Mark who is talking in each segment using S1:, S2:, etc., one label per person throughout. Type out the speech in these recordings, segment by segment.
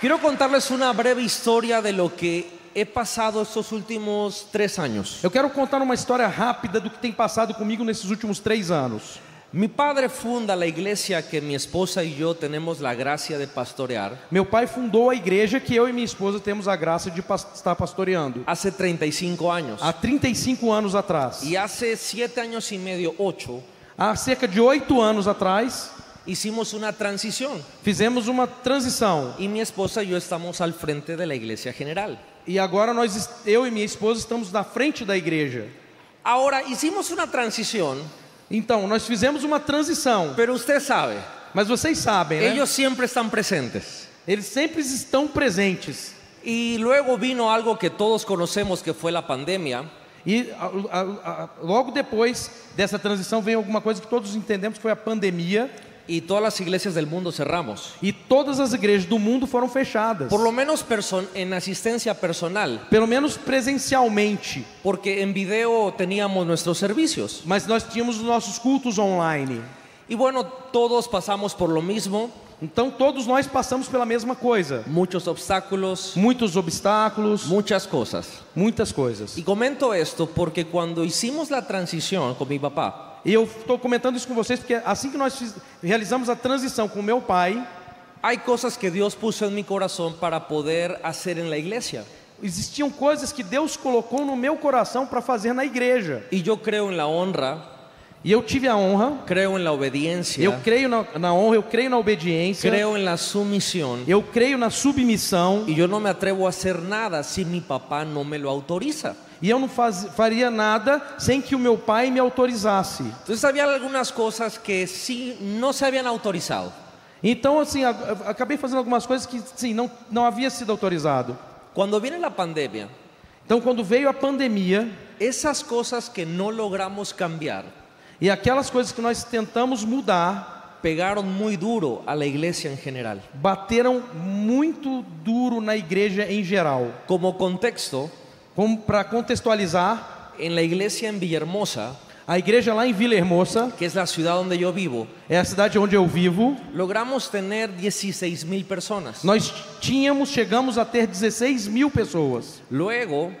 S1: Quiero contarles una breve historia de lo que he pasado estos últimos tres años.
S2: Eu quero contar uma história rápida do que tem passado comigo nesses últimos três anos.
S1: Mi padre funda la iglesia que mi esposa y yo tenemos la gracia de pastorear
S2: Meu pai fundou a igreja que eu e minha esposa temos a graça de pas- estar pastoreando
S1: hace 35 años.
S2: há 35 anos atrás.
S1: Y hace siete años y medio, ocho,
S2: Há cerca de oito anos atrás,
S1: hicimos una transición
S2: fizemos uma transição
S1: y mi esposa y yo estamos al frente de la iglesia general.
S2: e agora nós, es- eu e minha esposa estamos na frente da igreja.
S1: Ahora, hicimos una transición,
S2: Então, nós fizemos uma transição,
S1: pero usted sabe,
S2: mas vocês sabem, né?
S1: ellos siempre están presentes.
S2: Eles sempre estão presentes.
S1: Y luego vino algo que todos conocemos que fue la pandemia.
S2: E a- a- a- logo depois dessa transição vem alguma coisa que todos entendemos que foi a pandemia
S1: y todas las iglesias del mundo cerramos.
S2: e todas as igrejas do mundo foram fechadas.
S1: Por lo menos perso- en asistencia personal,
S2: Pelo menos presencialmente,
S1: porque en video teníamos nuestros servicios.
S2: mas nós tínhamos os nossos cultos online.
S1: Y bueno, todos pasamos por lo mismo,
S2: Então todos nós passamos pela mesma coisa.
S1: muchos obstáculos,
S2: Muitos obstáculos,
S1: muchas cosas.
S2: muitas coisas.
S1: Y comento esto porque cuando hicimos la transición con mi papá,
S2: E eu estou comentando isso com vocês porque assim que nós fiz- realizamos a transição com meu pai,
S1: hay cosas que Dios puso en mi corazón para poder hacer en la iglesia.
S2: existiam coisas que Deus colocou no meu coração para fazer na igreja.
S1: Y yo creo en la honra,
S2: E eu tive a honra
S1: creo en la obediencia,
S2: Eu creio na, na honra, eu creio na obediência,
S1: creo en la sumisión.
S2: eu creio na submissão
S1: Y yo no me atrevo a hacer nada si mi papá no me lo autoriza.
S2: e eu não faz- faria nada sem que o meu pai me autorizasse.
S1: Entonces había algunas cosas que sí no se habían autorizado.
S2: Então, assim, a- a- acabei fazendo algumas coisas que, sim, não, não havia sido autorizado.
S1: Cuando viene la pandemia,
S2: Então, quando veio a pandemia
S1: esas cosas que no logramos cambiar
S2: e aquelas coisas que nós tentamos mudar
S1: pegaron muy duro a la iglesia en general.
S2: bateram muito duro na igreja em geral.
S1: Como contexto,
S2: Como para contextualizar,
S1: en la iglesia en Villahermosa,
S2: a igreja lá em Vila Hermosa,
S1: que es la ciudad donde yo vivo,
S2: é a cidade onde eu vivo,
S1: logramos tener 16 mil personas.
S2: Nós tínhamos, chegamos a ter 16 mil pessoas.
S1: Luego,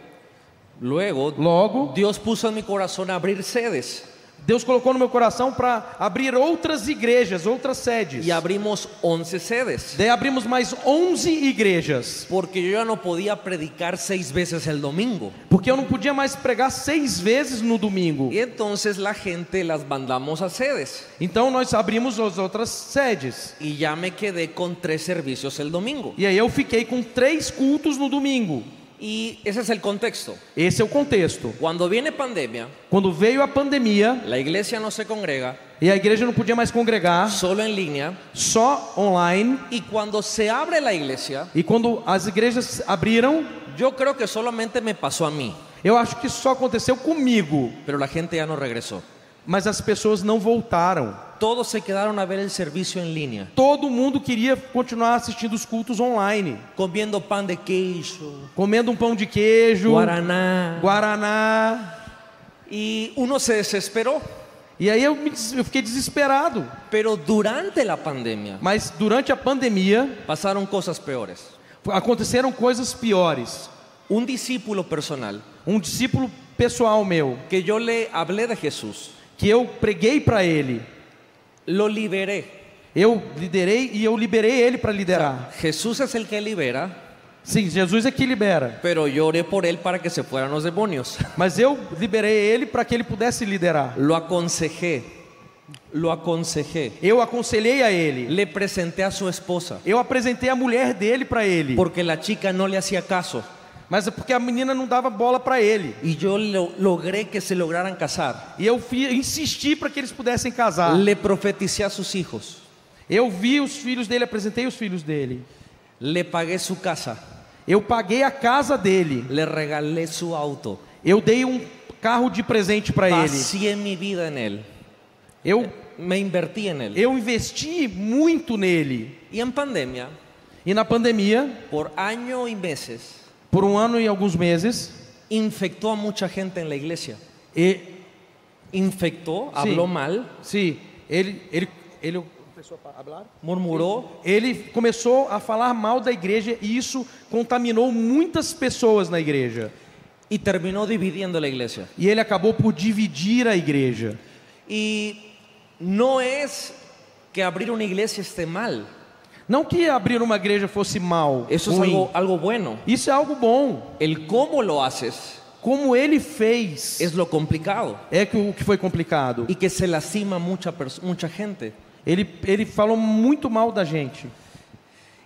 S1: luego,
S2: Logo,
S1: Dios puso en mi corazón abrir sedes
S2: Deus colocou no meu coração para abrir outras igrejas, outras sedes.
S1: y abrimos 11 sedes.
S2: Daí abrimos mais 11 igrejas,
S1: Porque yo ya no podía predicar seis veces el domingo.
S2: porque eu não podia mais pregar seis vezes no domingo.
S1: Y entonces la gente las mandamos a sedes.
S2: Então nós abrimos as outras sedes.
S1: Y ya me quedé con tres servicios el domingo.
S2: E aí eu fiquei com três cultos no domingo.
S1: Y ese es el contexto.
S2: Esse é o contexto.
S1: Cuando viene pandemia,
S2: Quando veio a pandemia
S1: la iglesia no se congrega,
S2: e a igreja não podia mais congregar,
S1: solo en línea.
S2: só online.
S1: Y cuando se abre la iglesia,
S2: E quando as igrejas abriram,
S1: yo creo que solamente me pasó a mí,
S2: eu acho que isso só aconteceu comigo.
S1: pero la gente ya no regresó.
S2: Mas as pessoas não voltaram.
S1: Todos se quedaron a ver el servicio en línea,
S2: Todo mundo queria continuar assistindo os cultos online,
S1: comiendo pan de queso,
S2: comendo um pão de queijo,
S1: guaraná.
S2: guaraná.
S1: Y uno se desesperou,
S2: E aí eu, me des- eu fiquei desesperado.
S1: pero durante la pandemia
S2: Mas durante a pandemia
S1: pasaron cosas peores.
S2: aconteceram coisas piores.
S1: Un discípulo personal
S2: Um discípulo pessoal meu,
S1: que yo le hablé de Jesús,
S2: que eu preguei para ele,
S1: lo liberé.
S2: eu liderei e eu liberei ele para liderar.
S1: Jesús es el que libera,
S2: Sim, Jesus é que libera.
S1: pero yo oré por él para que se fueran los demonios.
S2: Mas eu liberei ele para que ele pudesse liderar.
S1: Lo aconsejé, lo aconsejé.
S2: Eu aconselhei a ele.
S1: Le presenté a su esposa,
S2: Eu apresentei a mulher dele para ele,
S1: porque la chica no le hacía caso.
S2: mas é porque a menina não dava bola para ele.
S1: Y yo lo- logré que se lograran casar.
S2: E eu fi- insisti para que eles pudessem casar.
S1: Le profeticé a sus hijos,
S2: Eu vi os filhos dele, apresentei os filhos dele.
S1: le pagué su casa,
S2: Eu paguei a casa dele.
S1: le regalé su auto,
S2: Eu dei um carro de presente para
S1: Tá
S2: ele.
S1: vacié mi vida en él,
S2: Eu,
S1: me invertí en él.
S2: eu investi muito nele.
S1: Y en pandemia,
S2: E na pandemia,
S1: por año y meses,
S2: por um ano e alguns meses,
S1: infectó a mucha gente en la iglesia.
S2: e,
S1: Infectó, habló mal,
S2: sim, ele, ele, ele
S3: empezó a hablar.
S1: murmuró,
S2: Ele começou a falar mal da igreja e isso contaminou muitas pessoas na igreja.
S1: y terminó dividiendo la iglesia.
S2: E ele acabou por dividir a igreja.
S1: Y no es que abrir una iglesia esté mal,
S2: Não que abrir uma igreja fosse mal,
S1: eso es
S2: ruim.
S1: algo, algo bueno.
S2: Isso é algo bom.
S1: El cómo lo haces
S2: Como ele fez
S1: es lo complicado
S2: é que o que foi complicado.
S1: y que se lastima mucha, pers- mucha gente.
S2: Ele, ele falou muito mal da gente.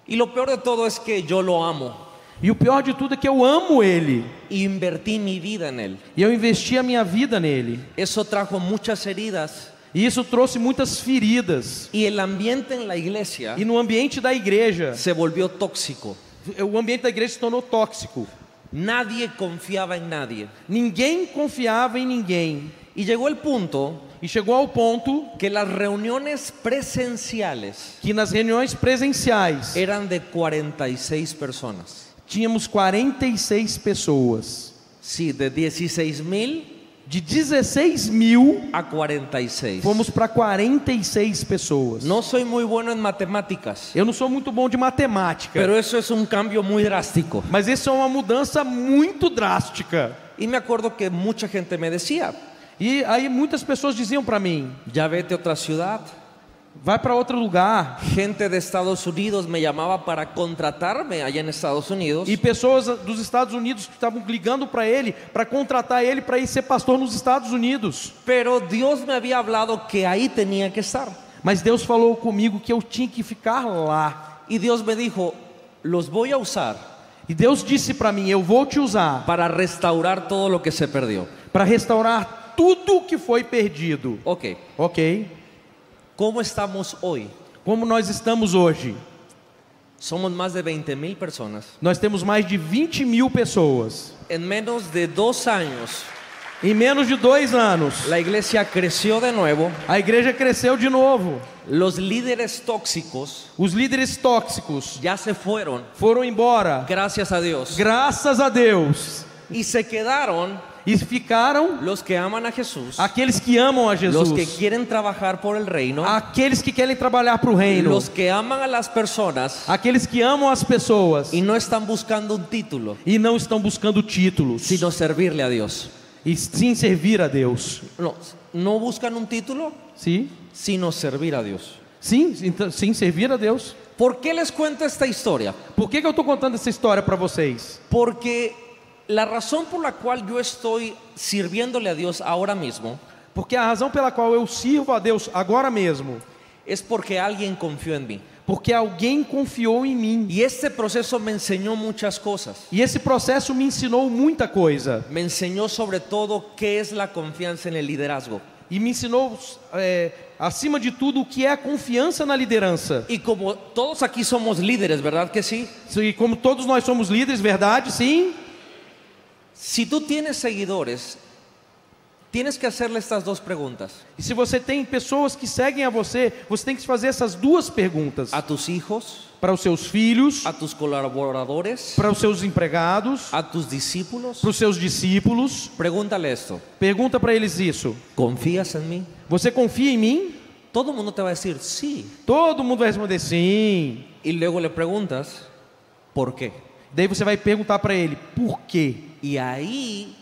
S1: Y lo peor de todo es que yo lo amo
S2: E o pior de tudo é que eu amo ele.
S1: y invertí mi vida en él.
S2: E eu investi a minha vida nele.
S1: Eso trajo muchas heridas
S2: E isso trouxe muitas feridas.
S1: y el ambiente en la iglesia
S2: E no ambiente da igreja,
S1: se volvió tóxico.
S2: o ambiente da igreja se tornou tóxico.
S1: Nadie confiaba en nadie.
S2: Ninguém confiava em ninguém.
S1: Y llegó el punto
S2: E chegou ao ponto
S1: que las reuniones presenciales
S2: que nas reuniões presenciais
S1: eran de 46 personas.
S2: tínhamos 46 pessoas.
S1: Sí, de 16 mil
S2: De 16 mil,
S1: a 46.
S2: fomos para 46 pessoas.
S1: No soy muy bueno en matemáticas,
S2: Eu não sou muito bom de matemática,
S1: pero eso es un cambio muy drástico.
S2: mas isso é uma mudança muito drástica.
S1: Y me acuerdo que mucha gente me decía,
S2: E aí muitas pessoas diziam para mim:
S1: ya vete a otra ciudad.
S2: vai para outro lugar.
S1: Gente de Estados Unidos me llamaba para contratarme allá en Estados Unidos.
S2: E pessoas dos Estados Unidos que estavam ligando para ele para contratar ele para ir ser pastor nos Estados Unidos.
S1: Pero Dios me había hablado que ahí tenía que estar.
S2: Mas Deus falou comigo que eu tinha que ficar lá.
S1: Y Dios me dijo, los voy a usar
S2: E Deus disse para mim: eu vou te usar
S1: para restaurar todo lo que se perdió.
S2: para restaurar tudo que foi perdido.
S1: Ok,
S2: Ok?
S1: ¿cómo estamos hoy?
S2: Como nós estamos hoje?
S1: Somos más de 20 mil personas.
S2: Nós temos mais de 20 mil pessoas.
S1: En menos de dos años,
S2: Em menos de dois anos,
S1: la iglesia creció de nuevo.
S2: a igreja cresceu de novo.
S1: Los líderes tóxicos
S2: Os líderes tóxicos
S1: ya se fueron,
S2: foram embora,
S1: gracias a Dios.
S2: graças a Deus.
S1: Y se quedaron
S2: E ficaram
S1: los que aman a Jesús,
S2: aqueles que amam a
S1: los que
S2: Jesus,
S1: quieren trabajar por el reino,
S2: aqueles que querem trabalhar para o reino,
S1: los que aman a las personas
S2: aqueles que amam as pessoas
S1: y no están buscando un título,
S2: e não estão buscando títulos,
S1: sino servirle a Dios.
S2: e sim servir a Deus.
S1: No, no buscan un título,
S2: Sim?
S1: sino servir a Dios.
S2: Sim, então, sim, servir a Deus.
S1: ¿Por qué les cuento esta historia?
S2: Por que, que eu estou contando essa história para vocês?
S1: Porque la razón por la cual yo estoy sirviéndole a Dios ahora mismo
S2: Porque a razão pela qual eu sirvo a Deus agora mesmo,
S1: es porque alguien confió en mí.
S2: porque alguém confiou em mim.
S1: Y este proceso me enseñó muchas cosas.
S2: E esse processo me ensinou muita coisa.
S1: Me enseñó sobre todo qué es la confianza en el liderazgo.
S2: E me ensinou, é, acima de tudo, o que é a confiança na liderança.
S1: Y como todos aquí somos líderes, ¿verdad que sí?
S2: E como todos nós somos líderes, verdade, sim.
S1: Si tú tienes seguidores, tienes que hacerle estas dos preguntas.
S2: E se você tem pessoas que seguem a você, você tem que fazer essas duas perguntas:
S1: A tus hijos,
S2: para os seus filhos,
S1: a tus colaboradores,
S2: para os seus empregados,
S1: a tus discípulos.
S2: para os seus discípulos.
S1: Pregúntale esto.
S2: Pergunta para eles isso:
S1: ¿Confías en mí?
S2: Você confia em mim?
S1: Todo el mundo te va a decir sí.
S2: Todo mundo vai responder sim.
S1: Y luego le preguntas, ¿por quê?
S2: Daí você vai perguntar para ele por quê?
S1: Y ahí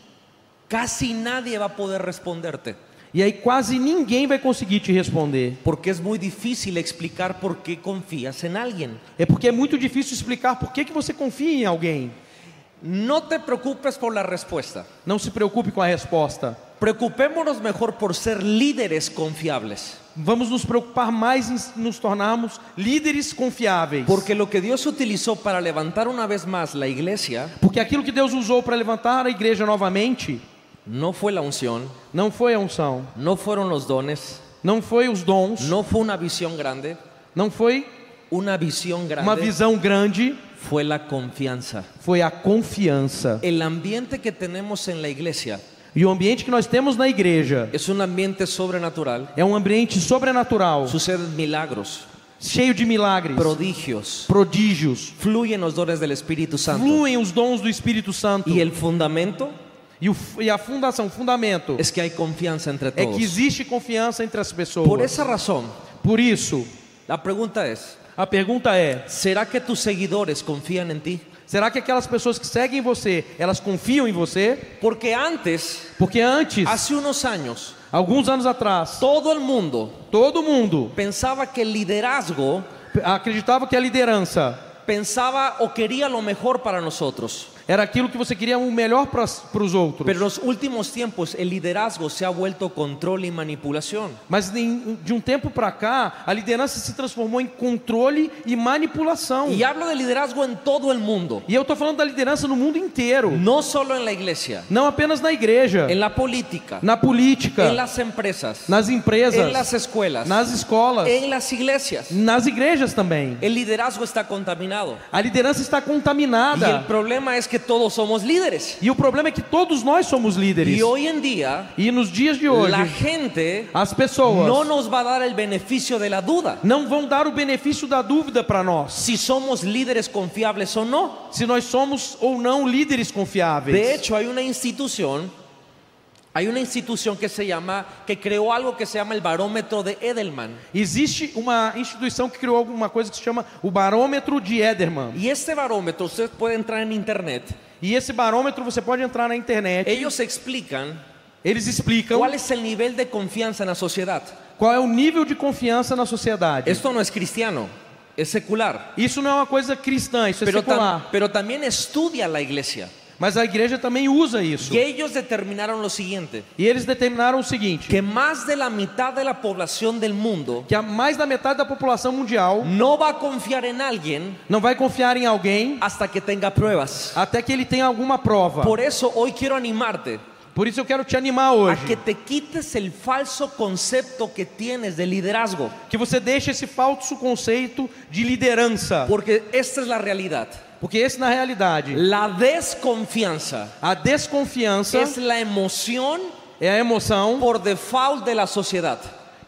S1: casi nadie va a poder responderte.
S2: E aí quase ninguém vai conseguir te responder.
S1: Porque es muy difícil explicar por qué confías en alguien.
S2: É porque é muito difícil explicar por que, que você confia em alguém.
S1: No te preocupes por la respuesta.
S2: Não se preocupe com a resposta.
S1: Preocupémonos mejor por ser líderes confiables.
S2: Vamos nos preocupar mais em nos tornarmos líderes confiáveis.
S1: Porque lo que Dios utilizó para levantar una vez más la iglesia
S2: Porque aquilo que Deus usou para levantar a igreja novamente
S1: no fue la unción,
S2: não foi a unção,
S1: no fueron los dones,
S2: não foi os dons,
S1: no fue una visión grande.
S2: não foi
S1: Una visión grande
S2: uma visão grande,
S1: fue la confianza.
S2: foi a confiança.
S1: El ambiente que tenemos en la iglesia
S2: E o ambiente que nós temos na igreja
S1: es un ambiente sobrenatural.
S2: é um ambiente sobrenatural,
S1: Suceden milagros,
S2: cheio de milagres,
S1: prodigios,
S2: prodígios.
S1: fluyen los dones del Espíritu Santo.
S2: Fluem os dons do Espírito Santo.
S1: Y el fundamento
S2: E, o f- e a fundação, o fundamento,
S1: es que hay confianza entre
S2: é que
S1: todos.
S2: existe confiança entre as pessoas.
S1: Por esa razão,
S2: Por isso,
S1: La pregunta es,
S2: A pergunta é:
S1: ¿será que tus seguidores confían en ti?
S2: será que aquelas pessoas que seguem você, elas confiam em você?
S1: Porque antes,
S2: Porque antes,
S1: hace unos años,
S2: alguns anos atrás,
S1: todo el mundo
S2: todo mundo
S1: pensaba que el liderazgo
S2: acreditava que a liderança
S1: pensaba o quería lo mejor para nosotros.
S2: era aquilo que você queria o melhor para os outros.
S1: Pero en los últimos tiempos el liderazgo se ha vuelto control y manipulación.
S2: Mas em- de um tempo para cá, a liderança se transformou em controle e manipulação.
S1: Y hablo de liderazgo en todo el mundo,
S2: E eu estou falando da liderança no mundo inteiro,
S1: no solo en la iglesia,
S2: não apenas na igreja,
S1: en la política,
S2: na política,
S1: en las empresas,
S2: nas empresas,
S1: en las escuelas,
S2: nas escolas,
S1: en las iglesias.
S2: nas igrejas também.
S1: El liderazgo está contaminado.
S2: A liderança está
S1: Y el
S2: contaminada.
S1: problema es que todos somos líderes.
S2: E o problema é que todos nós somos líderes.
S1: Y hoy en día,
S2: E nos dias de hoje,
S1: la gente
S2: as pessoas
S1: no nos va a dar el beneficio de la duda
S2: não vão dar o benefício da dúvida para nós,
S1: si somos líderes confiables o no.
S2: se nós somos ou não líderes confiáveis.
S1: De hecho, hay una institución, hay una institución que se llama, que creó algo que se llama el barómetro de Edelman.
S2: Existe uma instituição que criou alguma coisa que se chama o Barômetro de Ederman.
S1: Y este barómetro, usted puede entrar en internet,
S2: E esse barômetro você pode entrar na internet.
S1: ellos explican
S2: Eles explicam
S1: cuál es el nivel de confianza en la sociedad.
S2: qual é o nível de confiança na sociedade.
S1: Esto no es cristiano, es secular.
S2: Isso não é uma coisa cristã, isso é
S1: Pero, tam-
S2: secular.
S1: pero también estudia la iglesia.
S2: Mas a igreja também usa isso.
S1: Y ellos determinaron lo siguiente,
S2: E eles determinaram o seguinte:
S1: que más de la mitad de la población del mundo
S2: que a mais da metade da população mundial
S1: no va a confiar en alguien
S2: não vai confiar em alguém
S1: hasta que tenga pruebas.
S2: até que ele tenha alguma prova.
S1: Por eso hoy quiero animarte
S2: Por isso eu quero te animar
S1: a que
S2: hoje,
S1: te quites el falso concepto que tienes de liderazgo,
S2: que você deixe esse falso conceito de liderança,
S1: porque esta es la realidad.
S2: porque esse na realidade
S1: La desconfianza
S2: A desconfiança
S1: es la emoción
S2: é a emoção
S1: por default de la sociedad.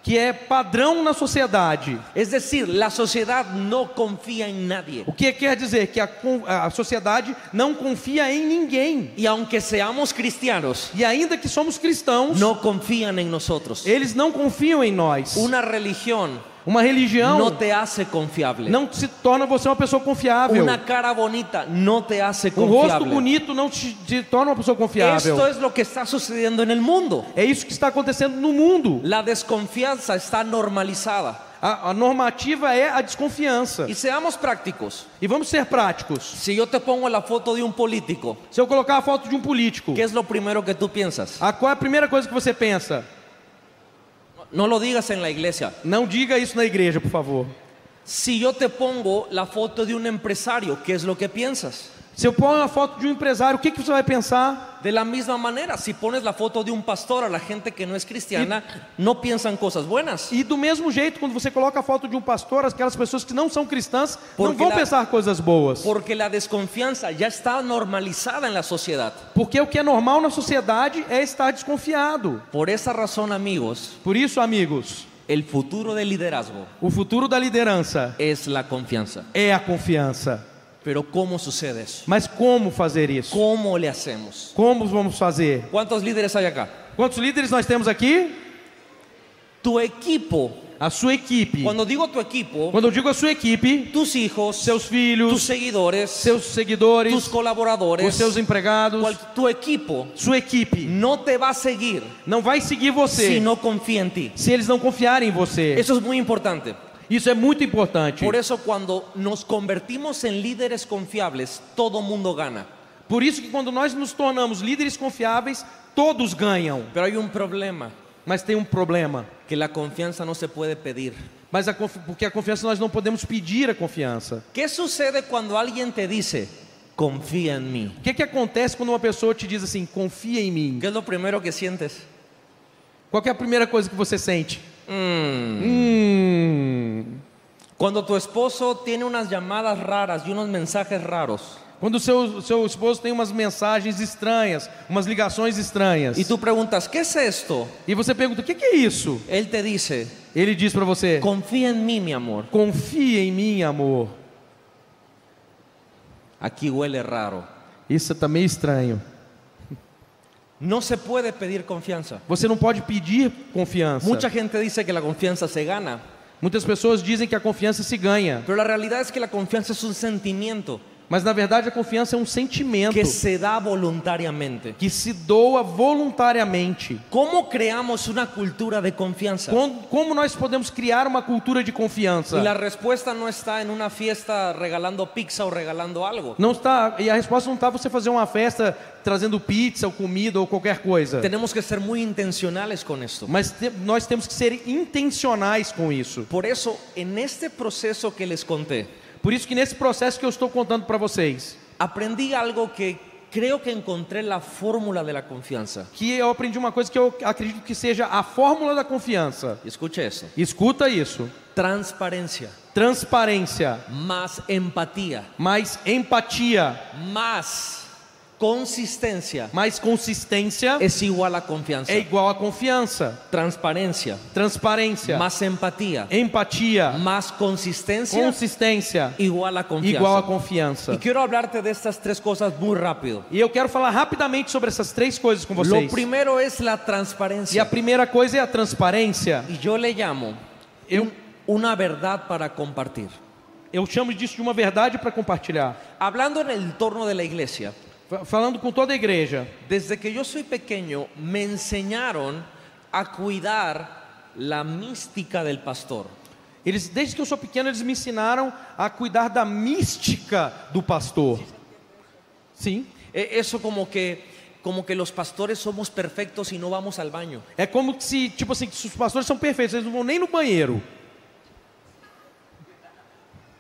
S2: que é padrão na sociedade.
S1: Es decir, la sociedad no confía en nadie.
S2: O que quer dizer que a, con- a sociedade não confia em ninguém.
S1: Y aunque seamos cristianos,
S2: E ainda que somos cristãos,
S1: no confían en nosotros.
S2: eles não confiam em nós.
S1: Una religión
S2: Uma religião
S1: no te hace confiable.
S2: não se torna você uma pessoa confiável.
S1: Una cara bonita no te hace
S2: Um rosto
S1: confiable.
S2: bonito não te, te torna uma pessoa confiável.
S1: Esto es lo que está sucediendo en el mundo.
S2: É isso que está acontecendo no mundo.
S1: La desconfianza está normalizada.
S2: A, a normativa é a desconfiança.
S1: Y seamos prácticos.
S2: E vamos ser práticos.
S1: Si yo te pongo la foto de un político,
S2: Se eu colocar a foto de um político,
S1: ¿qué es lo primero que tú piensas?
S2: a qual é a primeira coisa que você pensa?
S1: No lo digas en la iglesia.
S2: Não diga isso na igreja, por favor.
S1: Si yo te pongo la foto de un empresario, ¿qué es lo que piensas?
S2: Se eu pôr uma foto de um empresário, o que, que você vai pensar?
S1: De la misma manera, si pones la foto de un pastor a la gente que no es cristiana, no piensan cosas buenas.
S2: E do mesmo jeito, quando você coloca a foto de um pastor, aquelas pessoas que não são cristãs não
S1: Porque
S2: vão
S1: lá-
S2: pensar coisas boas.
S1: Porque la desconfianza ya está normalizada en la sociedad.
S2: Porque o que é normal na sociedade é estar desconfiado.
S1: Por esa razón, amigos,
S2: Por isso, amigos,
S1: el futuro del liderazgo
S2: o futuro da liderança
S1: es la confianza.
S2: é a confiança.
S1: Pero ¿cómo sucede eso?
S2: Mas como fazer isso?
S1: ¿Cómo le hacemos?
S2: Como vamos fazer?
S1: ¿Cuántos líderes hay acá?
S2: Quantos líderes nós temos aqui?
S1: Tu equipo,
S2: A sua equipe.
S1: cuando digo tu equipo,
S2: Quando eu digo a sua equipe,
S1: tus hijos,
S2: seus
S1: tus
S2: filhos,
S1: seguidores,
S2: seus seguidores,
S1: tus colaboradores,
S2: os seus empregados,
S1: cual- tu equipo
S2: sua equipe
S1: no te va a seguir
S2: não vai seguir você
S1: si no confía en ti.
S2: se eles não confiarem em você.
S1: Eso es muy importante.
S2: Isso é muito importante.
S1: Por eso cuando nos convertimos en líderes confiables, todo mundo gana.
S2: Por isso que quando nós nos tornamos líderes confiáveis, todos ganham.
S1: Pero hay un problema,
S2: Mas tem um problema.
S1: que la confianza no se puede pedir.
S2: Mas a confi- porque a confiança nós não podemos pedir a confianza.
S1: ¿Qué sucede cuando alguien te dice, confía en mí?
S2: O que, que acontece quando uma pessoa te diz assim, confia em mim?
S1: ¿Qué es lo primero que sientes?
S2: Qual que é a primeira coisa que você sente?
S1: Mm.
S2: Hum.
S1: Cuando tu esposo tiene unas llamadas raras y unos mensajes raros,
S2: Quando o seu, seu esposo tem umas mensagens estranhas, umas ligações estranhas.
S1: y tú preguntas, ¿qué es esto?
S2: E você pergunta, o que, que é isso?
S1: Él te dice,
S2: Ele diz pra você,
S1: confía en mí, mi amor.
S2: confia em mim, amor.
S1: Aquí huele raro.
S2: Isso tá meio estranho.
S1: No se puede pedir confianza.
S2: Você não pode pedir confiança.
S1: Mucha gente dice que la confianza se gana.
S2: Muitas pessoas dizem que a confiança se ganha,
S1: Pero la realidad es que la confiança es un sentimiento
S2: mas na verdade a confianza é um sentimento
S1: que se da voluntariamente.
S2: que se doa voluntariamente.
S1: ¿Cómo creamos una cultura de confianza?
S2: Quando- Como nós podemos criar uma cultura de confiança?
S1: Y la respuesta no está en una fiesta regalando pizza o regalando algo.
S2: Não está, e a resposta não está você fazer uma festa trazendo pizza ou comida ou qualquer coisa.
S1: Tenemos que ser muy intencionales con esto.
S2: Mas te- nós temos que ser intencionais com isso.
S1: Por eso, en este proceso que les conté,
S2: Por isso que nesse processo que eu estou contando para vocês,
S1: aprendí algo que creo que encontré la fórmula de la confianza.
S2: que eu aprendi uma coisa que eu acredito que seja a fórmula da confianza.
S1: Y Escuche esto.
S2: Escuta isso.
S1: Transparencia,
S2: Transparência,
S1: más empatía,
S2: mais empatia,
S1: más consistencia
S2: mais consistência
S1: es igual a confianza.
S2: é igual a confiança.
S1: Transparencia,
S2: Transparência,
S1: más empatía,
S2: empatia,
S1: más consistencia
S2: consistência
S1: igual a confianza.
S2: igual a confianza.
S1: Y quiero hablarte de estas tres cosas muy rápido.
S2: E eu quero falar rapidamente sobre essas três coisas com
S1: Lo
S2: vocês.
S1: primero es la
S2: E a
S1: transparencia.
S2: primeira coisa é a transparência.
S1: Y yo le llamo
S2: Eu,
S1: una verdad para compartir.
S2: eu chamo disso de uma verdade para compartilhar.
S1: Hablando en el entorno de la iglesia,
S2: Fa- Falando com toda a igreja.
S1: desde que yo soy pequeño me enseñaron a cuidar la mística del pastor.
S2: Eles, desde que eu sou pequeno, eles me ensinaram a cuidar da mística do pastor. Sim.
S1: E- Eso como que, como que los pastores somos perfectos y no vamos al baño.
S2: É como se, tipo assim, se os pastores são perfeitos, eles não vão nem no banheiro,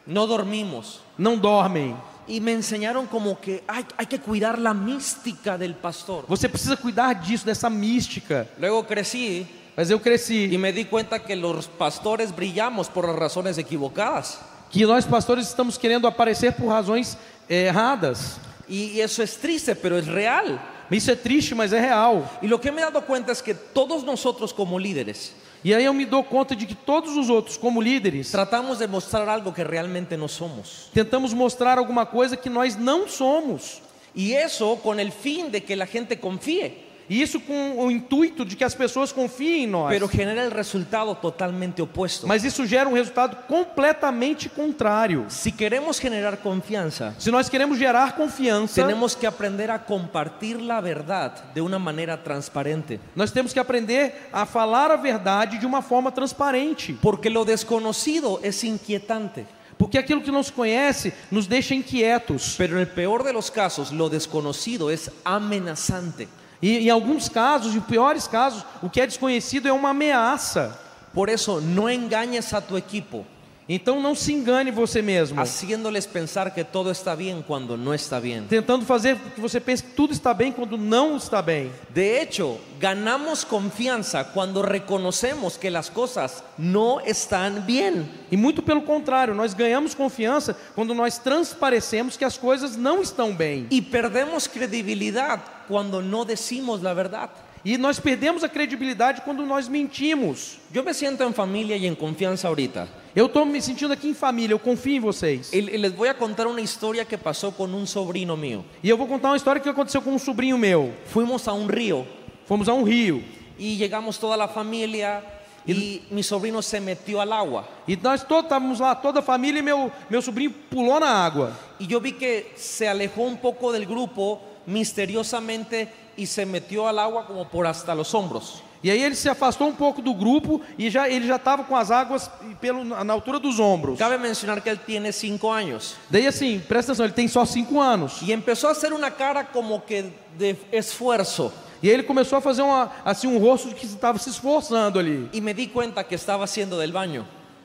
S1: No dormimos.
S2: não dormem.
S1: Y me enseñaron como que hay, hay que cuidar la mística del pastor.
S2: Você precisa cuidar disso, dessa mística.
S1: Luego crecí
S2: Mas eu cresci
S1: Y me di cuenta que los pastores brillamos por las razones equivocadas.
S2: que nós pastores estamos querendo aparecer por razões eh, erradas.
S1: Y eso es triste, pero es real.
S2: Isso é triste, mas é real.
S1: Y lo que me he dado cuenta es que todos nosotros como líderes
S2: E aí eu me dou conta de que todos os outros, como líderes,
S1: tratamos de mostrar algo que realmente no somos.
S2: tentamos mostrar alguma coisa que nós não somos.
S1: Y eso con el fin de que la gente confíe,
S2: E isso com o intuito de que as pessoas confiem em nós.
S1: pero genera el resultado totalmente opuesto.
S2: Mas isso gera um resultado completamente contrário.
S1: Si queremos generar confianza,
S2: Se nós queremos gerar confiança,
S1: tenemos que aprender a compartir la verdad de una manera transparente,
S2: nós temos que aprender a falar a verdade de uma forma transparente.
S1: porque lo desconocido es inquietante.
S2: Porque aquilo que não se conhece nos deixa inquietos.
S1: Pero en el peor de los casos, lo desconocido es amenazante.
S2: E em alguns casos, em piores casos, o que é desconhecido é uma ameaça.
S1: Por eso, no engañes a tu equipo
S2: Então não se engane você mesmo.
S1: haciéndoles pensar que todo está bien cuando no está bien.
S2: tentando fazer com que você pense que tudo está bem quando não está bem.
S1: De hecho, ganamos confianza cuando reconocemos que las cosas no están bien.
S2: E muito pelo contrário, nós ganhamos confiança quando nós transparecemos que as coisas não estão bem.
S1: Y perdemos credibilidad cuando no decimos la verdad.
S2: E nós perdemos a credibilidade quando nós mentimos.
S1: Yo me siento en familia y en confianza ahorita.
S2: Eu estou me sentindo aqui em família, eu confio em vocês.
S1: Y y les voy a contar una historia que pasó con un sobrino mío.
S2: E eu vou contar uma história que aconteceu com um sobrinho meu.
S1: Fuimos a un río
S2: Fomos a um rio
S1: Y llegamos toda la familia y mi sobrino se metió al agua.
S2: e nós todos estávamos lá, toda a família, e meu, meu sobrinho pulou na água.
S1: Y yo vi que se alejó un poco del grupo misteriosamente y se metió al agua como por hasta los hombros.
S2: E aí ele se afastou um pouco do grupo e já ele já estava com as águas pelo, na altura dos ombros.
S1: Cabe mencionar que él tiene cinco años
S2: Daí assim, presta atenção, ele tem só 5 anos.
S1: y empezó a hacer una cara como que de esfuerzo.
S2: E aí ele começou a fazer uma, assim, um rosto de que estava se esforçando ali.
S1: Y me di cuenta que estaba haciendo del baño.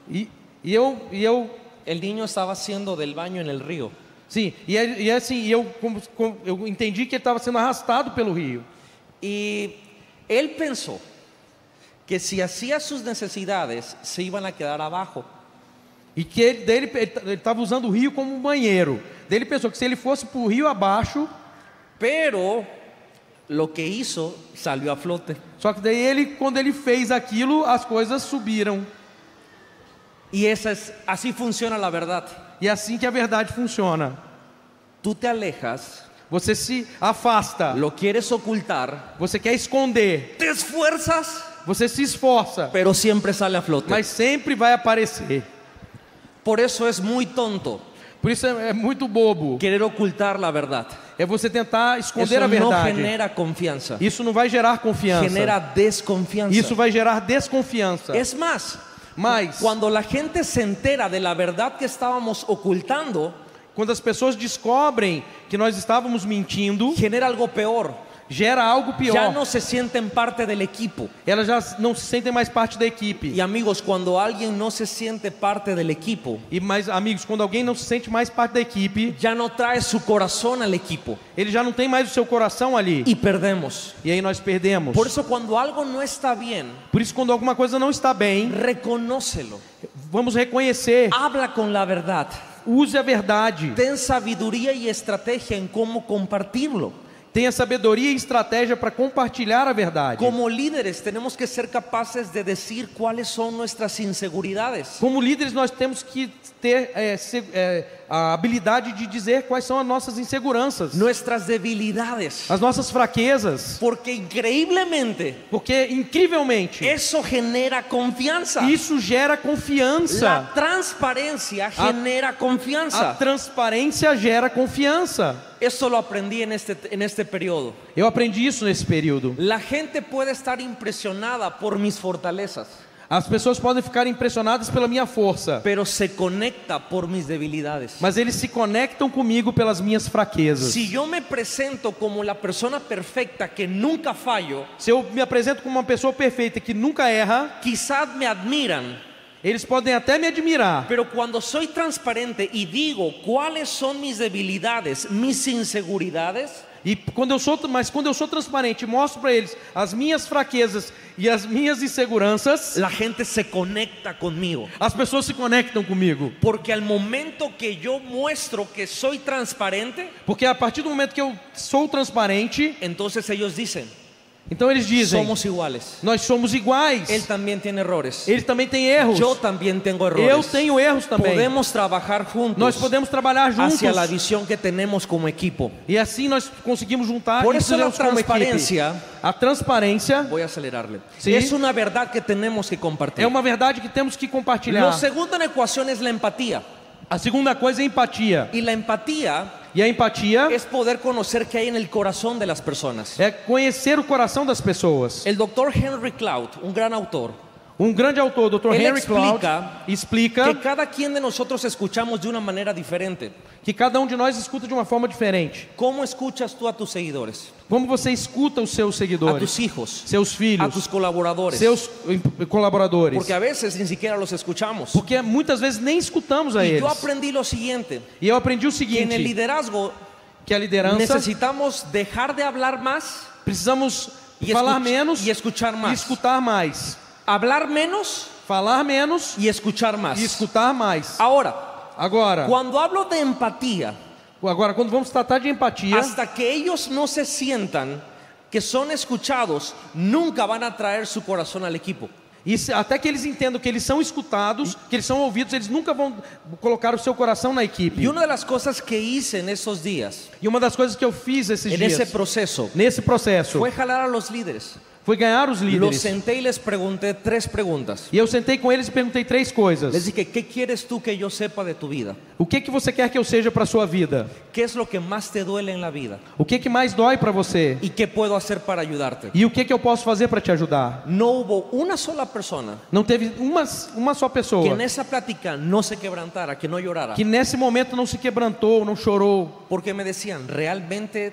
S2: E, e eu, e eu,
S1: El niño estaba haciendo del baño en el río.
S2: sim, e, aí- e assim, e eu, como- como- eu entendi que ele estava sendo arrastado pelo rio.
S1: Y él pensó que si hacía sus necesidades se iban a quedar abajo.
S2: E que ele, daí ele- ele estava usando o rio como um banheiro. Daí ele pensou que se ele fosse para o rio abaixo,
S1: Pero lo que hizo salió a flote.
S2: só que daí ele, quando ele fez aquilo, as coisas subiram.
S1: Y esa es, así funciona la verdad.
S2: E é assim que a verdade funciona.
S1: Tú te alejas,
S2: Você se afasta,
S1: lo quieres ocultar,
S2: você quer esconder,
S1: te esfuerzas
S2: Você se esforça,
S1: pero siempre sale a flote.
S2: mas sempre vai aparecer.
S1: Por eso es muy tonto
S2: Por isso é, é muito bobo.
S1: querer ocultar la verdad.
S2: É você tentar
S1: Eso
S2: esconder a
S1: no
S2: verdade.
S1: genera confianza,
S2: Isso não vai gerar confiança.
S1: genera desconfianza.
S2: Isso vai gerar desconfiança.
S1: Es más,
S2: Mas
S1: cuando la gente se entera de la verdad que estábamos ocultando,
S2: quando as pessoas descobrem que nós estávamos mentindo,
S1: genera algo peor.
S2: gera algo
S1: Ya
S2: pior.
S1: no se sienten parte del equipo.
S2: Elas já não se sentem mais parte da
S1: Y
S2: equipe.
S1: amigos, cuando alguien no se siente parte del equipo,
S2: E mais amigos, quando alguém não se sente mais parte da equipe,
S1: ya no trae su corazón al equipo
S2: ele já não tem mais o seu coração ali.
S1: y perdemos.
S2: E aí nós perdemos.
S1: Por eso cuando algo no está bien,
S2: Por isso, quando alguma coisa não está bem,
S1: reconócelo,
S2: vamos reconhecer.
S1: habla con la verdad,
S2: Use a verdade.
S1: ten sabiduría y estrategia en cómo compartirlo.
S2: Tenha sabedoria e estratégia para compartilhar a verdade.
S1: Como líderes tenemos que ser capaces de decir cuáles son nuestras inseguridades.
S2: Como líderes, nós temos que ter é, se- é, a habilidade de dizer quais são as nossas inseguranças,
S1: nuestras debilidades.
S2: as nossas fraquezas,
S1: Porque increíblemente
S2: porque incrivelmente
S1: eso genera confianza.
S2: isso gera
S1: La
S2: confiança.
S1: transparencia genera
S2: A
S1: confianza.
S2: ah, transparência gera confiança.
S1: Eso lo aprendí en este, en este periodo.
S2: Eu aprendi isso nesse período.
S1: La gente puede estar impresionada por mis fortalezas,
S2: As pessoas podem ficar impressionadas pela minha força,
S1: pero se conecta por mis debilidades.
S2: mas eles se conectam comigo pelas minhas fraquezas.
S1: Si yo me presento como la persona perfecta que nunca fallo,
S2: Se eu me apresento como uma pessoa perfeita que nunca erra,
S1: quizás me admiran,
S2: eles podem até me admirar.
S1: pero cuando soy transparente y digo cuáles son mis debilidades, mis inseguridades,
S2: E quando eu sou, mas quando eu sou transparente, e mostro para eles as minhas fraquezas e as minhas inseguranças,
S1: la gente se conecta conmigo.
S2: as pessoas se conectam comigo.
S1: Porque al momento que yo muestro que soy transparente,
S2: Porque a partir do momento que eu sou transparente,
S1: entonces ellos dicen,
S2: então eles dizem:
S1: somos iguales.
S2: nós somos iguais.
S1: Él tamém tem errores.
S2: Ele também tem erros.
S1: Yo también tengo
S2: Eu
S1: errores.
S2: tenho erros também.
S1: Podemos Assim trabajar juntos
S2: Nós podemos trabalhar juntos.
S1: hacia la visión que tenemos como equipo.
S2: E assim nós conseguimos juntar
S1: Por
S2: e
S1: isso a
S2: fizemos como equipe.
S1: transparência-
S2: A transparência
S1: Voy a acelerarle.
S2: Sí.
S1: Es una verdad que tenemos que compartir.
S2: é uma verdade que temos que compartilhar.
S1: Lo segundo en la ecuación es la empatía.
S2: A segunda coisa é a empatia.
S1: Y la empatía
S2: E a empatia
S1: es poder conocer qué hay en el corazón de las personas.
S2: é conhecer o coração das pessoas.
S1: El doctor Henry Cloud, un gran autor,
S2: Um grande autor, Dr.
S1: Ele
S2: Henry Cloud,
S1: explica
S2: explica
S1: que cada quien de nosotros escuchamos de una manera diferente.
S2: que cada um de nós escuta de uma forma diferente.
S1: ¿Cómo escuchas tú a tus seguidores,
S2: Como você escuta os seus
S1: a
S2: seguidores,
S1: tus hijos,
S2: seus
S1: a tus
S2: filhos,
S1: colaboradores?
S2: seus em- colaboradores?
S1: Porque a veces ni siquiera los escuchamos.
S2: Porque muitas vezes nem escutamos a
S1: Y yo
S2: eles.
S1: aprendí lo siguiente,
S2: E eu aprendi o
S1: que en el
S2: seguinte,
S1: liderazgo
S2: que a liderança
S1: necesitamos dejar de hablar más
S2: precisamos
S1: y, escuch-
S2: falar menos
S1: y escuchar
S2: e
S1: más.
S2: escutar mais.
S1: hablar menos
S2: Falar menos
S1: y escuchar más.
S2: e escutar mais.
S1: Ahora,
S2: Agora,
S1: cuando hablo de empatía,
S2: agora quando vamos tratar de empatia,
S1: hasta que ellos no se sientan que son escuchados, nunca van a traer su corazón al equipo.
S2: E se- até que eles entendam que eles são escutados, que eles são ouvidos, eles nunca vão colocar o seu coração na equipe.
S1: Y una de las cosas que hice en esos días,
S2: E uma das coisas que eu fiz esses
S1: en
S2: dias,
S1: ese proceso,
S2: nesse processo,
S1: fue jalar a los líderes.
S2: foi ganhar os
S1: Los
S2: líderes.
S1: senté y les pregunté tres preguntas.
S2: E eu sentei com eles e perguntei três coisas.
S1: Les dije, ¿qué quieres tú que yo sepa de tu vida?
S2: O que que você quer que eu seja para sua vida?
S1: ¿Qué es lo que más te duele en la vida?
S2: O que que mais dói para você?
S1: ¿Y qué puedo hacer para ayudarte?
S2: E o que que eu posso fazer para te ajudar?
S1: No hubo una sola persona
S2: Não teve uma, uma só
S1: que
S2: pessoa
S1: en esa plática no se quebrantara, que no llorara.
S2: que nesse momento não se quebrantou, não chorou,
S1: Porque me decían, ¿realmente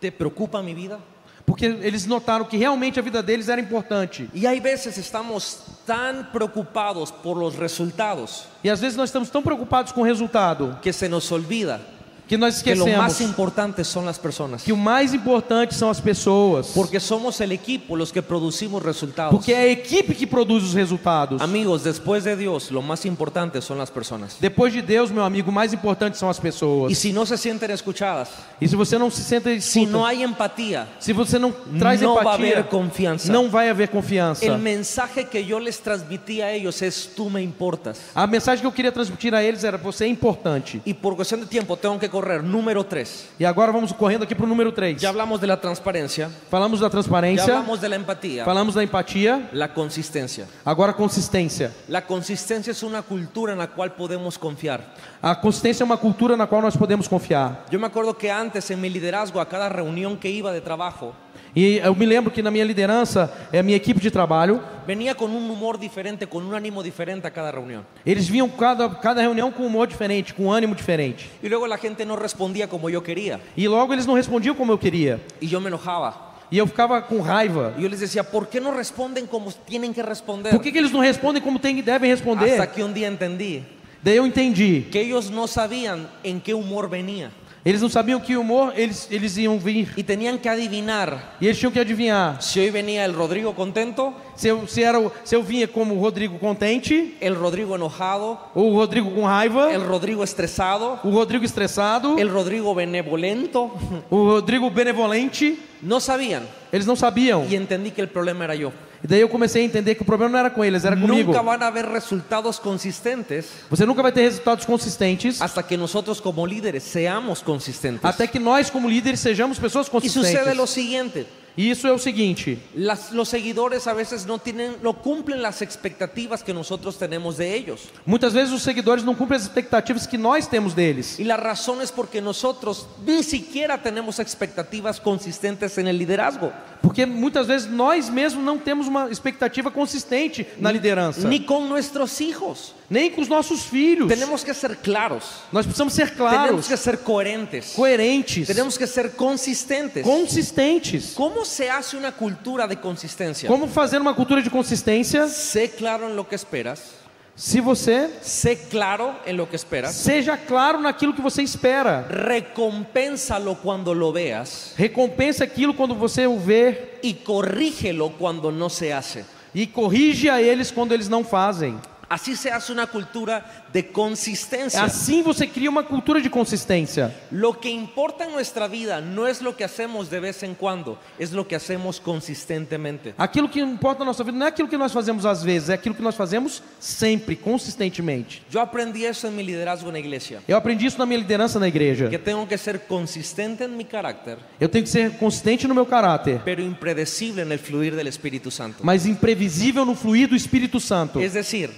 S1: te preocupa mi vida?
S2: porque eles notaram que realmente a vida deles era importante.
S1: Y hay veces estamos tan preocupados por los resultados
S2: E às vezes nós estamos tão preocupados com o resultado
S1: que se nos olvida
S2: que nós
S1: que lo
S2: esquecemos
S1: más importante son las personas.
S2: que o mais importante são as pessoas.
S1: Porque somos el equipo los que producimos resultados.
S2: Porque é a equipe que produz os resultados.
S1: Amigos, después de Dios, lo más importante son las personas.
S2: Depois de Deus, meu amigo, o mais importante são as
S1: Y
S2: pessoas.
S1: si no se sienten escuchadas,
S2: E se você não se sente
S1: si
S2: escuta,
S1: no hay empatía,
S2: se você não traz
S1: no va a
S2: empatia,
S1: haber confianza.
S2: não vai haver confianza.
S1: El mensaje que yo les transmití a ellos es tú me importas.
S2: A mensagem que eu queria transmitir a eles era: você é importante.
S1: Y por cuestión de tiempo tengo que correr. Número 3.
S2: E agora vamos correndo aqui para o número 3.
S1: Ya hablamos de la transparencia,
S2: Falamos da
S1: ya
S2: transparência,
S1: hablamos de la empatía,
S2: falamos da empatia,
S1: la consistencia.
S2: agora a consistência.
S1: La consistencia es una cultura en la cual podemos confiar.
S2: A consistência é uma cultura na qual nós podemos confiar.
S1: Yo me acuerdo que antes en mi liderazgo, a cada reunión que iba de trabajo,
S2: E eu me lembro que na minha liderança, é a minha equipe de trabalho,
S1: venía con un humor diferente, con un ânimo diferente a cada reunión.
S2: eles vinham cada, cada reunião com um humor diferente, com um ânimo diferente.
S1: Y luego la gente no respondía como yo quería.
S2: E logo eles não respondiam como eu queria.
S1: Y yo me enojaba.
S2: E eu ficava com raiva.
S1: Y yo les decía, ¿por qué no responden como tienen que responder?
S2: Por que, que eles não respondem como tem, devem responder?
S1: Hasta que un día entendí
S2: Daí eu entendi.
S1: que ellos no sabían en qué humor venía.
S2: Eles não sabiam que humor eles, eles iam vir.
S1: Y tenían que adivinar
S2: E eles tinham que adivinhar.
S1: si hoy venía el Rodrigo contento,
S2: Se eu, se, era, o- se eu vinha como o Rodrigo contente,
S1: el Rodrigo enojado,
S2: ou o Rodrigo com raiva,
S1: el Rodrigo estresado,
S2: o Rodrigo estressado,
S1: el Rodrigo benevolento.
S2: o Rodrigo benevolente.
S1: No sabían.
S2: Eles não sabiam.
S1: Y entendí que el problema era yo.
S2: E daí eu comecei a entender que o problema não era com eles, era comigo.
S1: Nunca van a haber resultados consistentes
S2: Você nunca vai ter resultados consistentes
S1: hasta que nosotros como líderes seamos consistentes.
S2: até que nós, como líderes, sejamos pessoas
S1: Y sucede lo
S2: consistentes.
S1: siguiente.
S2: E isso é o seguinte:
S1: Las- los seguidores a veces no tienen, no cumplen las expectativas que nosotros tenemos de ellos.
S2: muitas vezes os seguidores não cumprem as expectativas que nós temos deles.
S1: Y la razón es porque nosotros ni siquiera tenemos expectativas consistentes en el liderazgo,
S2: Porque muitas vezes nós mesmos não temos uma expectativa consistente na liderança.
S1: ni con nuestros hijos.
S2: Nem com os nossos filhos.
S1: Tenemos que ser claros,
S2: Nós precisamos ser
S1: tenemos
S2: claros, Pues.
S1: que ser coherentes,
S2: coerentes,
S1: tenemos que ser consistentes.
S2: consistentes.
S1: ¿Cómo se hace una cultura de consistencia?
S2: Como fazer uma cultura de consistência
S1: Sé claro en lo que esperas,
S2: se você
S1: sé claro en lo que esperas,
S2: seja claro naquilo que você espera.
S1: recompénsalo cuando lo veas
S2: Recompensa aquilo quando você o vê
S1: y corrígelo cuando no se hace.
S2: e corrige a eles quando eles não fazem.
S1: Así se hace una cultura de consistencia.
S2: Assim você cria uma cultura de consistência.
S1: Lo que importa en nuestra vida no es lo que hacemos de vez en cuando, es lo que hacemos consistentemente.
S2: Aquilo que importa na nossa vida não é aquilo que nós fazemos às vezes, é aquilo que nós fazemos sempre, consistentemente.
S1: Yo aprendí eso en mi liderazgo en la iglesia,
S2: Eu aprendi isso na minha liderança na igreja.
S1: que tengo que ser consistente en mi carácter,
S2: Eu tenho que ser consistente no meu caráter,
S1: pero impredecible en el fluir del Espíritu Santo.
S2: mas imprevisível no fluir do Espírito Santo.
S1: Es decir,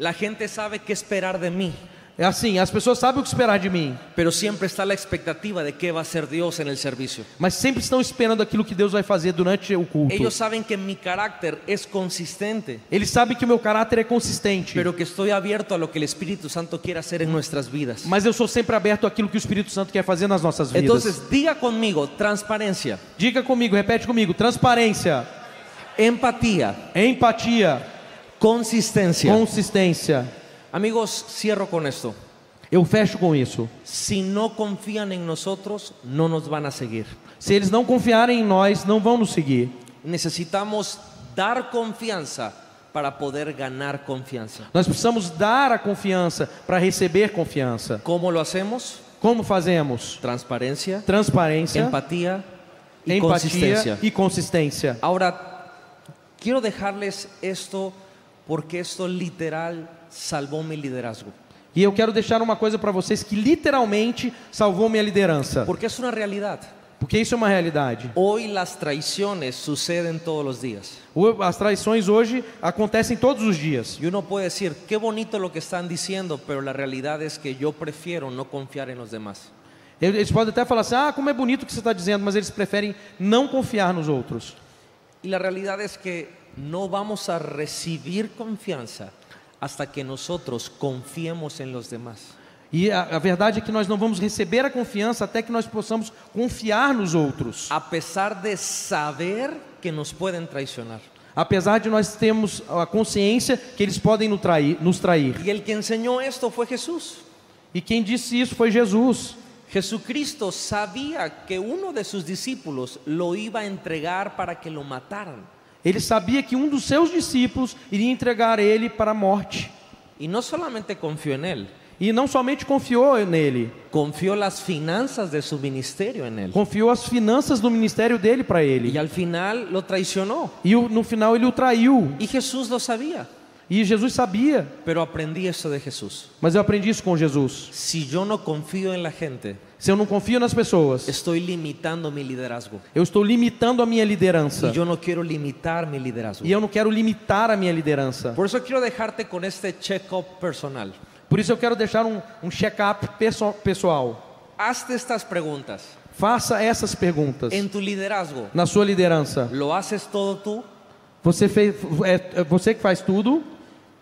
S1: la gente sabe qué esperar de mí,
S2: É assim, as pessoas sabem o que esperar de mim,
S1: pero siempre está la expectativa de qué va a hacer Dios en el servicio.
S2: mas sempre estão esperando aquilo que Deus vai fazer durante o culto.
S1: Ellos saben que mi carácter es consistente,
S2: Eles sabem que o meu caráter é consistente,
S1: pero que estoy abierto a lo que el Espíritu Santo quiere hacer en nuestras vidas.
S2: mas eu sou sempre aberto àquilo que o Espírito Santo quer fazer nas nossas vidas.
S1: Entonces, diga conmigo, transparencia,
S2: Diga comigo, repete comigo: transparência,
S1: empatía,
S2: empatia,
S1: consistencia.
S2: consistência.
S1: Amigos, cierro con esto.
S2: Eu fecho com isso.
S1: Si no confían en nosotros, no nos van a seguir.
S2: Se eles não confiarem em nós, não vão nos seguir.
S1: Necesitamos dar confianza para poder ganar confianza.
S2: Nós precisamos dar a confiança para receber confiança.
S1: ¿Cómo lo hacemos?
S2: Como fazemos?
S1: Transparencia,
S2: Transparência,
S1: empatía y
S2: empatia
S1: consistencia.
S2: e consistência.
S1: Ahora, quiero dejarles esto porque esto literal salvó mi liderazgo.
S2: E eu quero deixar uma coisa para vocês que literalmente salvou minha liderança,
S1: Porque es una realidad.
S2: porque isso é uma realidade.
S1: Hoy las traiciones suceden todos los días.
S2: O- As traições hoje acontecem todos os dias.
S1: Y uno puede decir, qué bonito lo que están diciendo, pero la realidad es que yo prefiero no confiar en los demás.
S2: Eu- Eles podem até falar assim: ah, como é bonito o que você está dizendo, mas eles preferem não confiar nos outros.
S1: Y la realidad es que no vamos a recibir confianza hasta que nosotros confiemos en los demás.
S2: E a, a verdade é que nós não vamos receber a confiança até que nós possamos confiar nos outros,
S1: A pesar de saber que nos pueden traicionar.
S2: apesar de nós termos a consciência que eles podem nos trair. Nos trair.
S1: Y el que enseñó esto fue Jesús.
S2: E quem disse isso foi Jesus.
S1: Jesucristo sabía que uno de sus discípulos lo iba a entregar para que lo mataran.
S2: Ele sabia que um dos seus discípulos iria entregar ele para a morte.
S1: Y no solamente confió en él,
S2: E não somente confiou nele,
S1: confió las finanzas de su ministerio en él.
S2: confiou as finanças do ministério dele para
S1: Y
S2: ele.
S1: al final lo traicionó.
S2: E o- no final ele o traiu.
S1: Y Jesús lo sabía.
S2: E Jesus sabia,
S1: Pero aprendí eso de Jesús.
S2: mas eu aprendi isso com Jesus.
S1: Si yo no confío en la gente,
S2: Se eu não confio nas pessoas,
S1: estoy limitando mi liderazgo.
S2: eu estou limitando a minha liderança.
S1: Y yo no quiero limitar mi liderazgo.
S2: E eu não quero limitar a minha liderança.
S1: Por eso quiero dejarte con este check-up personal.
S2: Por isso eu quero deixar um, um check-up perso- pessoal.
S1: Hazte estas preguntas.
S2: Faça essas perguntas
S1: En tu liderazgo,
S2: na sua liderança.
S1: ¿lo haces todo tú?
S2: Você, fez, é, é você que faz tudo.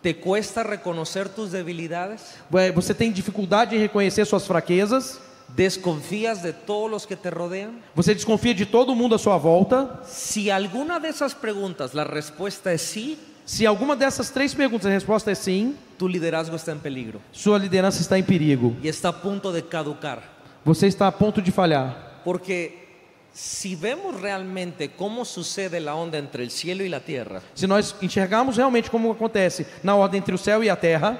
S1: ¿Te cuesta reconocer tus debilidades?
S2: é, Você tem dificuldade em reconhecer suas fraquezas.
S1: ¿Desconfías de todos los que te rodean?
S2: Você desconfia de todo mundo à sua volta.
S1: Si alguna de esas preguntas la respuesta es sí,
S2: Se alguma dessas três perguntas a resposta é sim,
S1: tu liderazgo está en peligro
S2: sua liderança está em perigo.
S1: y está a punto de caducar.
S2: Você está a ponto de falhar.
S1: Porque si vemos realmente cómo sucede la onda entre el cielo y la tierra,
S2: Se nós enxergarmos realmente como acontece na ordem entre o céu e a terra,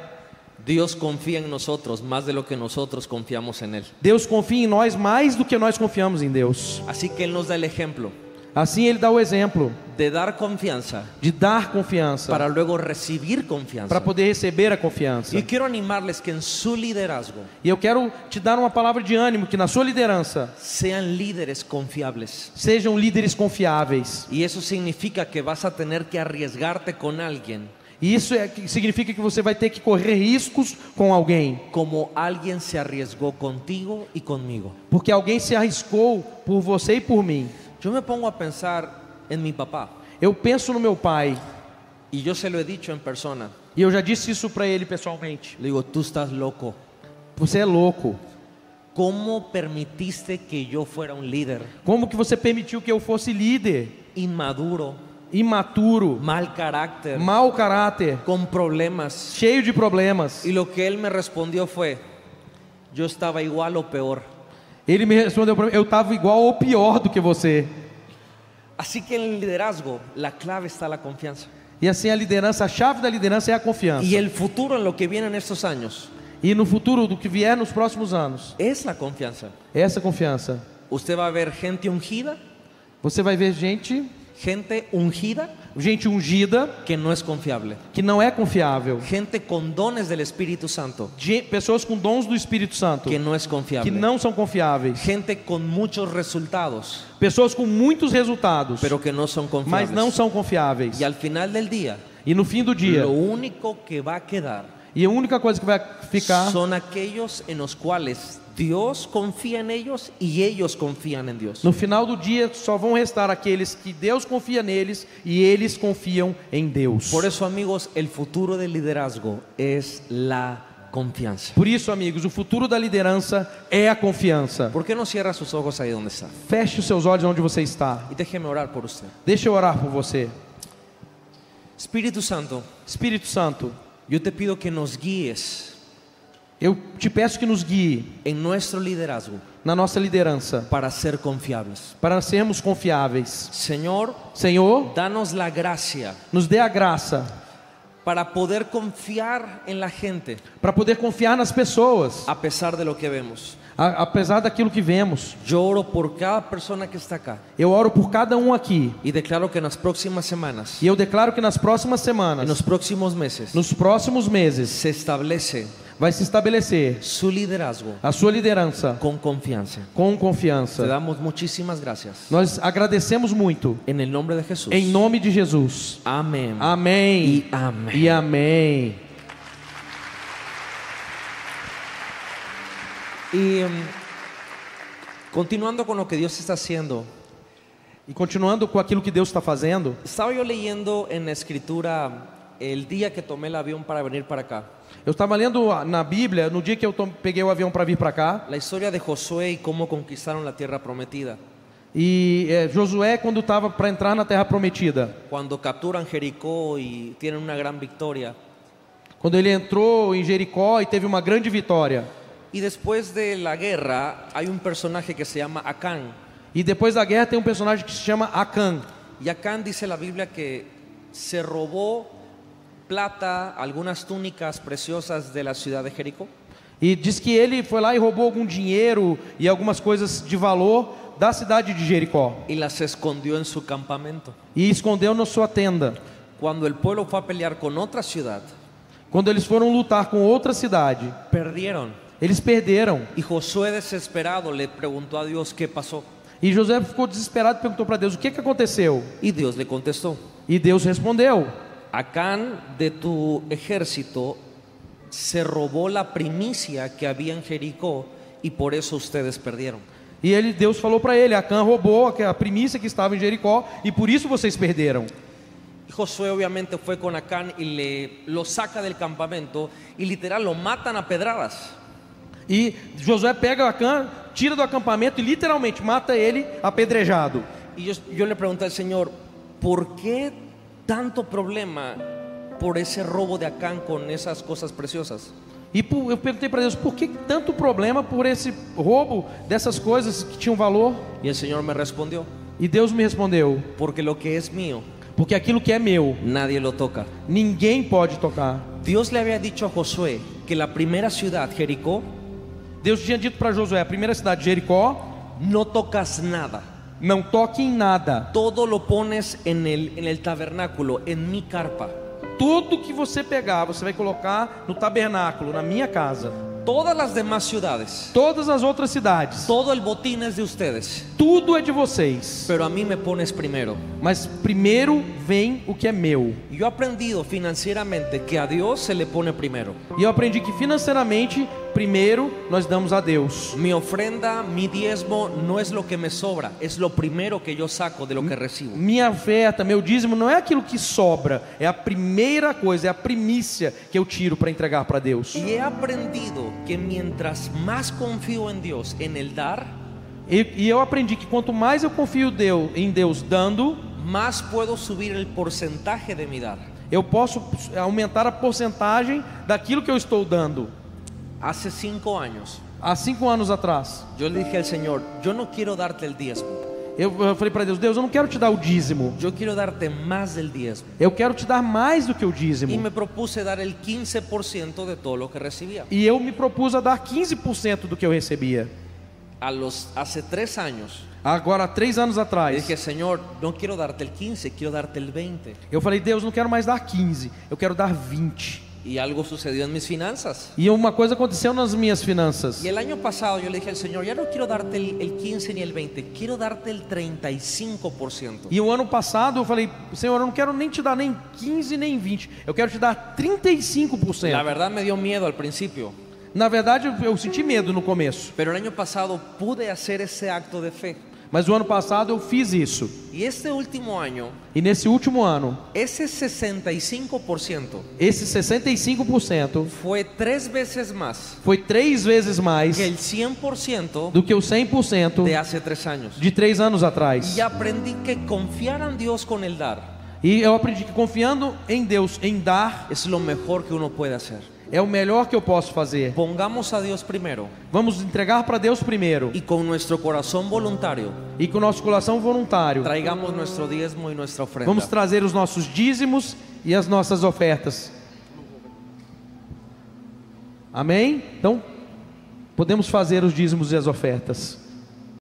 S1: Dios confía en nosotros más de lo que nosotros confiamos en Él.
S2: Deus confia em nós mais do que nós confiamos em Deus.
S1: Así que Él nos da el ejemplo
S2: Assim ele dá o exemplo
S1: de dar confianza
S2: de dar confianza
S1: para luego recibir confianza.
S2: para poder receber a confianza.
S1: Y quiero animarles que en su liderazgo
S2: E eu quero te dar uma palavra de ânimo que na sua liderança
S1: sean líderes confiables.
S2: sejam líderes confiáveis.
S1: Y eso significa que vas a tener que arriesgarte con alguien
S2: E isso é, que significa que você vai ter que correr riscos com alguém,
S1: como alguien se arriesgó contigo y conmigo.
S2: porque alguém se arriscou por você e por mim.
S1: Yo me pongo a pensar en mi papá
S2: Eu penso no meu pai
S1: y yo se lo he dicho en persona.
S2: e eu já disse isso para ele pessoalmente.
S1: Le digo, tú estás loco.
S2: Você é louco.
S1: ¿Cómo permitiste que yo fuera un líder
S2: Como que você permitiu que eu fosse líder,
S1: inmaduro,
S2: imaturo,
S1: mal carácter,
S2: mau caráter,
S1: con problemas?
S2: cheio de problemas?
S1: Y lo que él me respondió fue, yo estaba igual o peor.
S2: Ele me respondeu para mim, eu estava igual ou pior do que você.
S1: Así que en el liderazgo la clave está la confiança.
S2: E assim a liderança, a chave da liderança é a confiança.
S1: Y el futuro en lo que viene en estos años
S2: E no futuro, do que vier nos próximos anos, é
S1: es la confianza.
S2: essa confiança.
S1: Usted va a ver gente ungida,
S2: Você vai ver gente,
S1: gente ungida
S2: gente ungida,
S1: que no es confiable,
S2: que não é confiável.
S1: gente con dones del Espíritu Santo
S2: Ge- pessoas com dons do Espírito Santo,
S1: que é no es confiable,
S2: que não são confiáveis.
S1: gente con muchos resultados,
S2: Pessoas com muitos resultados,
S1: pero que no son confiables.
S2: mas não são confiáveis.
S1: Y al final del día,
S2: E no fim do dia,
S1: lo único que va a quedar
S2: e a única coisa que vai ficar
S1: son aquellos en los cuales Dios confía en ellos y ellos confían en Dios.
S2: No final do dia só vão restar aqueles que Deus confia neles e eles confiam em Deus.
S1: Por eso, amigos, el futuro del liderazgo es la confianza.
S2: Por isso, amigos, o futuro da liderança é a confiança.
S1: ¿Por qué no cierra sus ojos ahí donde está?
S2: Feche os seus olhos onde você está.
S1: Y déjeme orar por usted.
S2: Deixa eu orar por você.
S1: Espíritu Santo,
S2: Espírito Santo,
S1: yo te pido que nos guíes
S2: eu te peço que nos guie
S1: en nuestro liderazgo
S2: na nossa liderança
S1: para ser confiables.
S2: para sermos confiáveis.
S1: Señor,
S2: Senhor,
S1: danos la gracia
S2: nos dê a graça
S1: para poder confiar en la gente
S2: para poder confiar nas pessoas,
S1: a pesar de lo que vemos.
S2: a- apesar daquilo que vemos.
S1: Yo oro por cada persona que está acá
S2: Eu oro por cada um aqui
S1: y declaro que en las próximas semanas,
S2: e eu declaro que nas próximas
S1: en
S2: semanas,
S1: los próximos meses,
S2: nos próximos meses,
S1: se establece
S2: vai se estabelecer
S1: su liderazgo
S2: a sua liderança
S1: con confianza.
S2: com
S1: Te
S2: confiança.
S1: damos muchísimas gracias.
S2: Nós agradecemos muito
S1: En el nombre de Jesús.
S2: em nome de Jesus.
S1: Amén.
S2: Amém.
S1: E amém.
S2: E amém.
S1: Y mm, continuando con lo que Dios está haciendo,
S2: E continuando com aquilo que Deus está fazendo,
S1: estaba yo leyendo en la escritura el día que tomé el avión para venir para acá,
S2: eu estava lendo a- na Bíblia, no dia que eu tom- peguei o avião para vir para cá,
S1: la historia de Josué y cómo conquistaron la tierra prometida,
S2: e é, Josué, quando estava para entrar na Terra Prometida,
S1: cuando capturan Jericó y tienen una gran victoria.
S2: quando ele entrou em Jericó e teve uma grande vitória,
S1: Y después de la guerra hay un personaje que se llama Acán.
S2: e depois da guerra tem um personagem que se chama Acã.
S1: Y Acán dice la Biblia que se robó plata, algunas túnicas preciosas de la ciudad de Jericó.
S2: E diz que ele foi lá e roubou algum dinheiro e algumas coisas de valor da cidade de Jericó
S1: y las escondió en su campamento.
S2: e escondeu na sua tenda.
S1: Cuando el pueblo fue a pelear con otra ciudad,
S2: Quando eles foram lutar com outra cidade,
S1: perdieron.
S2: eles perderam.
S1: Y Josué desesperado le preguntó a Dios qué pasó.
S2: E José ficou desesperado e perguntou para Deus: O que, que aconteceu?
S1: Y Dios le contestó,
S2: E Deus respondeu:
S1: Acán de tu ejército se robó la primicia que había en Jericó y por eso ustedes perdieron.
S2: E ele, Deus falou para ele: Acã roubou a a primícia que estava em Jericó e por isso vocês perderam.
S1: Y Josué obviamente fue con Acán y le lo saca del campamento y literal lo matan a pedradas.
S2: E Josué pega Acã, tira do acampamento e literalmente mata ele apedrejado.
S1: Y yo, yo le pregunté al Señor, ¿por qué tanto problema por ese robo de Acán con esas cosas preciosas?
S2: E por- eu perguntei para Deus: Por que tanto problema por esse roubo dessas coisas que tinham valor?
S1: Y el Señor me respondió,
S2: E Deus me respondeu:
S1: porque lo que es mío,
S2: Porque aquilo que é meu,
S1: nadie lo toca.
S2: ninguém pode tocar.
S1: Dios le había dicho a Josué que la primera ciudad, Jericó,
S2: Deus tinha dito para Josué: A primeira cidade, Jericó,
S1: no tocas nada.
S2: não toque em nada.
S1: Todo lo pones en el, en el tabernáculo, en mi carpa.
S2: Tudo que você pegar, você vai colocar no tabernáculo, na minha casa.
S1: Todas las demás ciudades,
S2: Todas as outras cidades,
S1: todo el botín es de ustedes,
S2: tudo é de vocês.
S1: pero a mí me pones primero.
S2: Mas primeiro vem o que é meu.
S1: Yo he aprendido financieramente que a Dios se le pone primero.
S2: E eu aprendi que financeiramente, primeiro nós damos a Deus.
S1: Mi ofrenda, mi diezmo no es lo que me sobra, es lo primero que yo saco de lo que recibo.
S2: Minha oferta, meu dízimo não é aquilo que sobra, é a primeira coisa, é a primícia que eu tiro para entregar para Deus.
S1: Y he aprendido que mientras más confío en Dios, en el dar,
S2: E, e eu aprendi que quanto mais eu confio Deus, em Deus dando,
S1: más puedo subir el porcentaje de mi dar.
S2: eu posso aumentar a porcentagem daquilo que eu estou dando.
S1: Hace cinco años,
S2: Há cinco anos atrás,
S1: yo le dije al Señor, yo no quiero darte el diezmo,
S2: eu, eu falei para Deus: Deus, eu não quero te dar o dízimo,
S1: yo quiero darte más del diezmo.
S2: eu quero te dar mais do que o
S1: Y
S2: dízimo.
S1: me propuse dar el 15% de todo lo que recibía.
S2: E eu me propus a dar 15% do que eu recebia.
S1: A los, hace tres años,
S2: Agora, há três anos
S1: Le
S2: atrás,
S1: dije, Señor, no quiero darte el 15, quiero darte el 20.
S2: eu falei: Deus, não quero mais dar 15, eu quero dar 20.
S1: Y algo sucedió en mis finanzas.
S2: E uma coisa aconteceu nas minhas finanças.
S1: Y el año pasado yo le dije al Señor, ya no quiero darte el, el 15 ni el 20, quiero darte el 35%.
S2: E o ano passado eu falei: Senhor, eu não quero nem te dar nem 15 nem 20, eu quero te dar 35%.
S1: La verdad me dio miedo al principio,
S2: Na verdade, eu- eu senti medo no começo,
S1: pero el año pasado pude hacer ese acto de fe.
S2: mas o ano passado eu fiz isso.
S1: Y este último año,
S2: E nesse último ano,
S1: ese 65%
S2: esse 65%
S1: fue tres veces más
S2: foi três vezes mais
S1: que el 100%
S2: do que o 100%
S1: de hace tres años.
S2: de três anos atrás.
S1: Y aprendí que confiar en Dios con el dar
S2: E eu aprendi que confiando em Deus, em dar,
S1: es lo mejor que uno puede hacer.
S2: é o melhor que eu posso fazer.
S1: Pongamos a Dios primero
S2: Vamos entregar para Deus primeiro
S1: y con nuestro corazón voluntario
S2: e com o nosso coração voluntário.
S1: traigamos nuestro diezmo y nuestra ofrenda.
S2: Vamos trazer os nossos dízimos e as nossas ofertas. Amém? Então, podemos fazer os dízimos e as ofertas.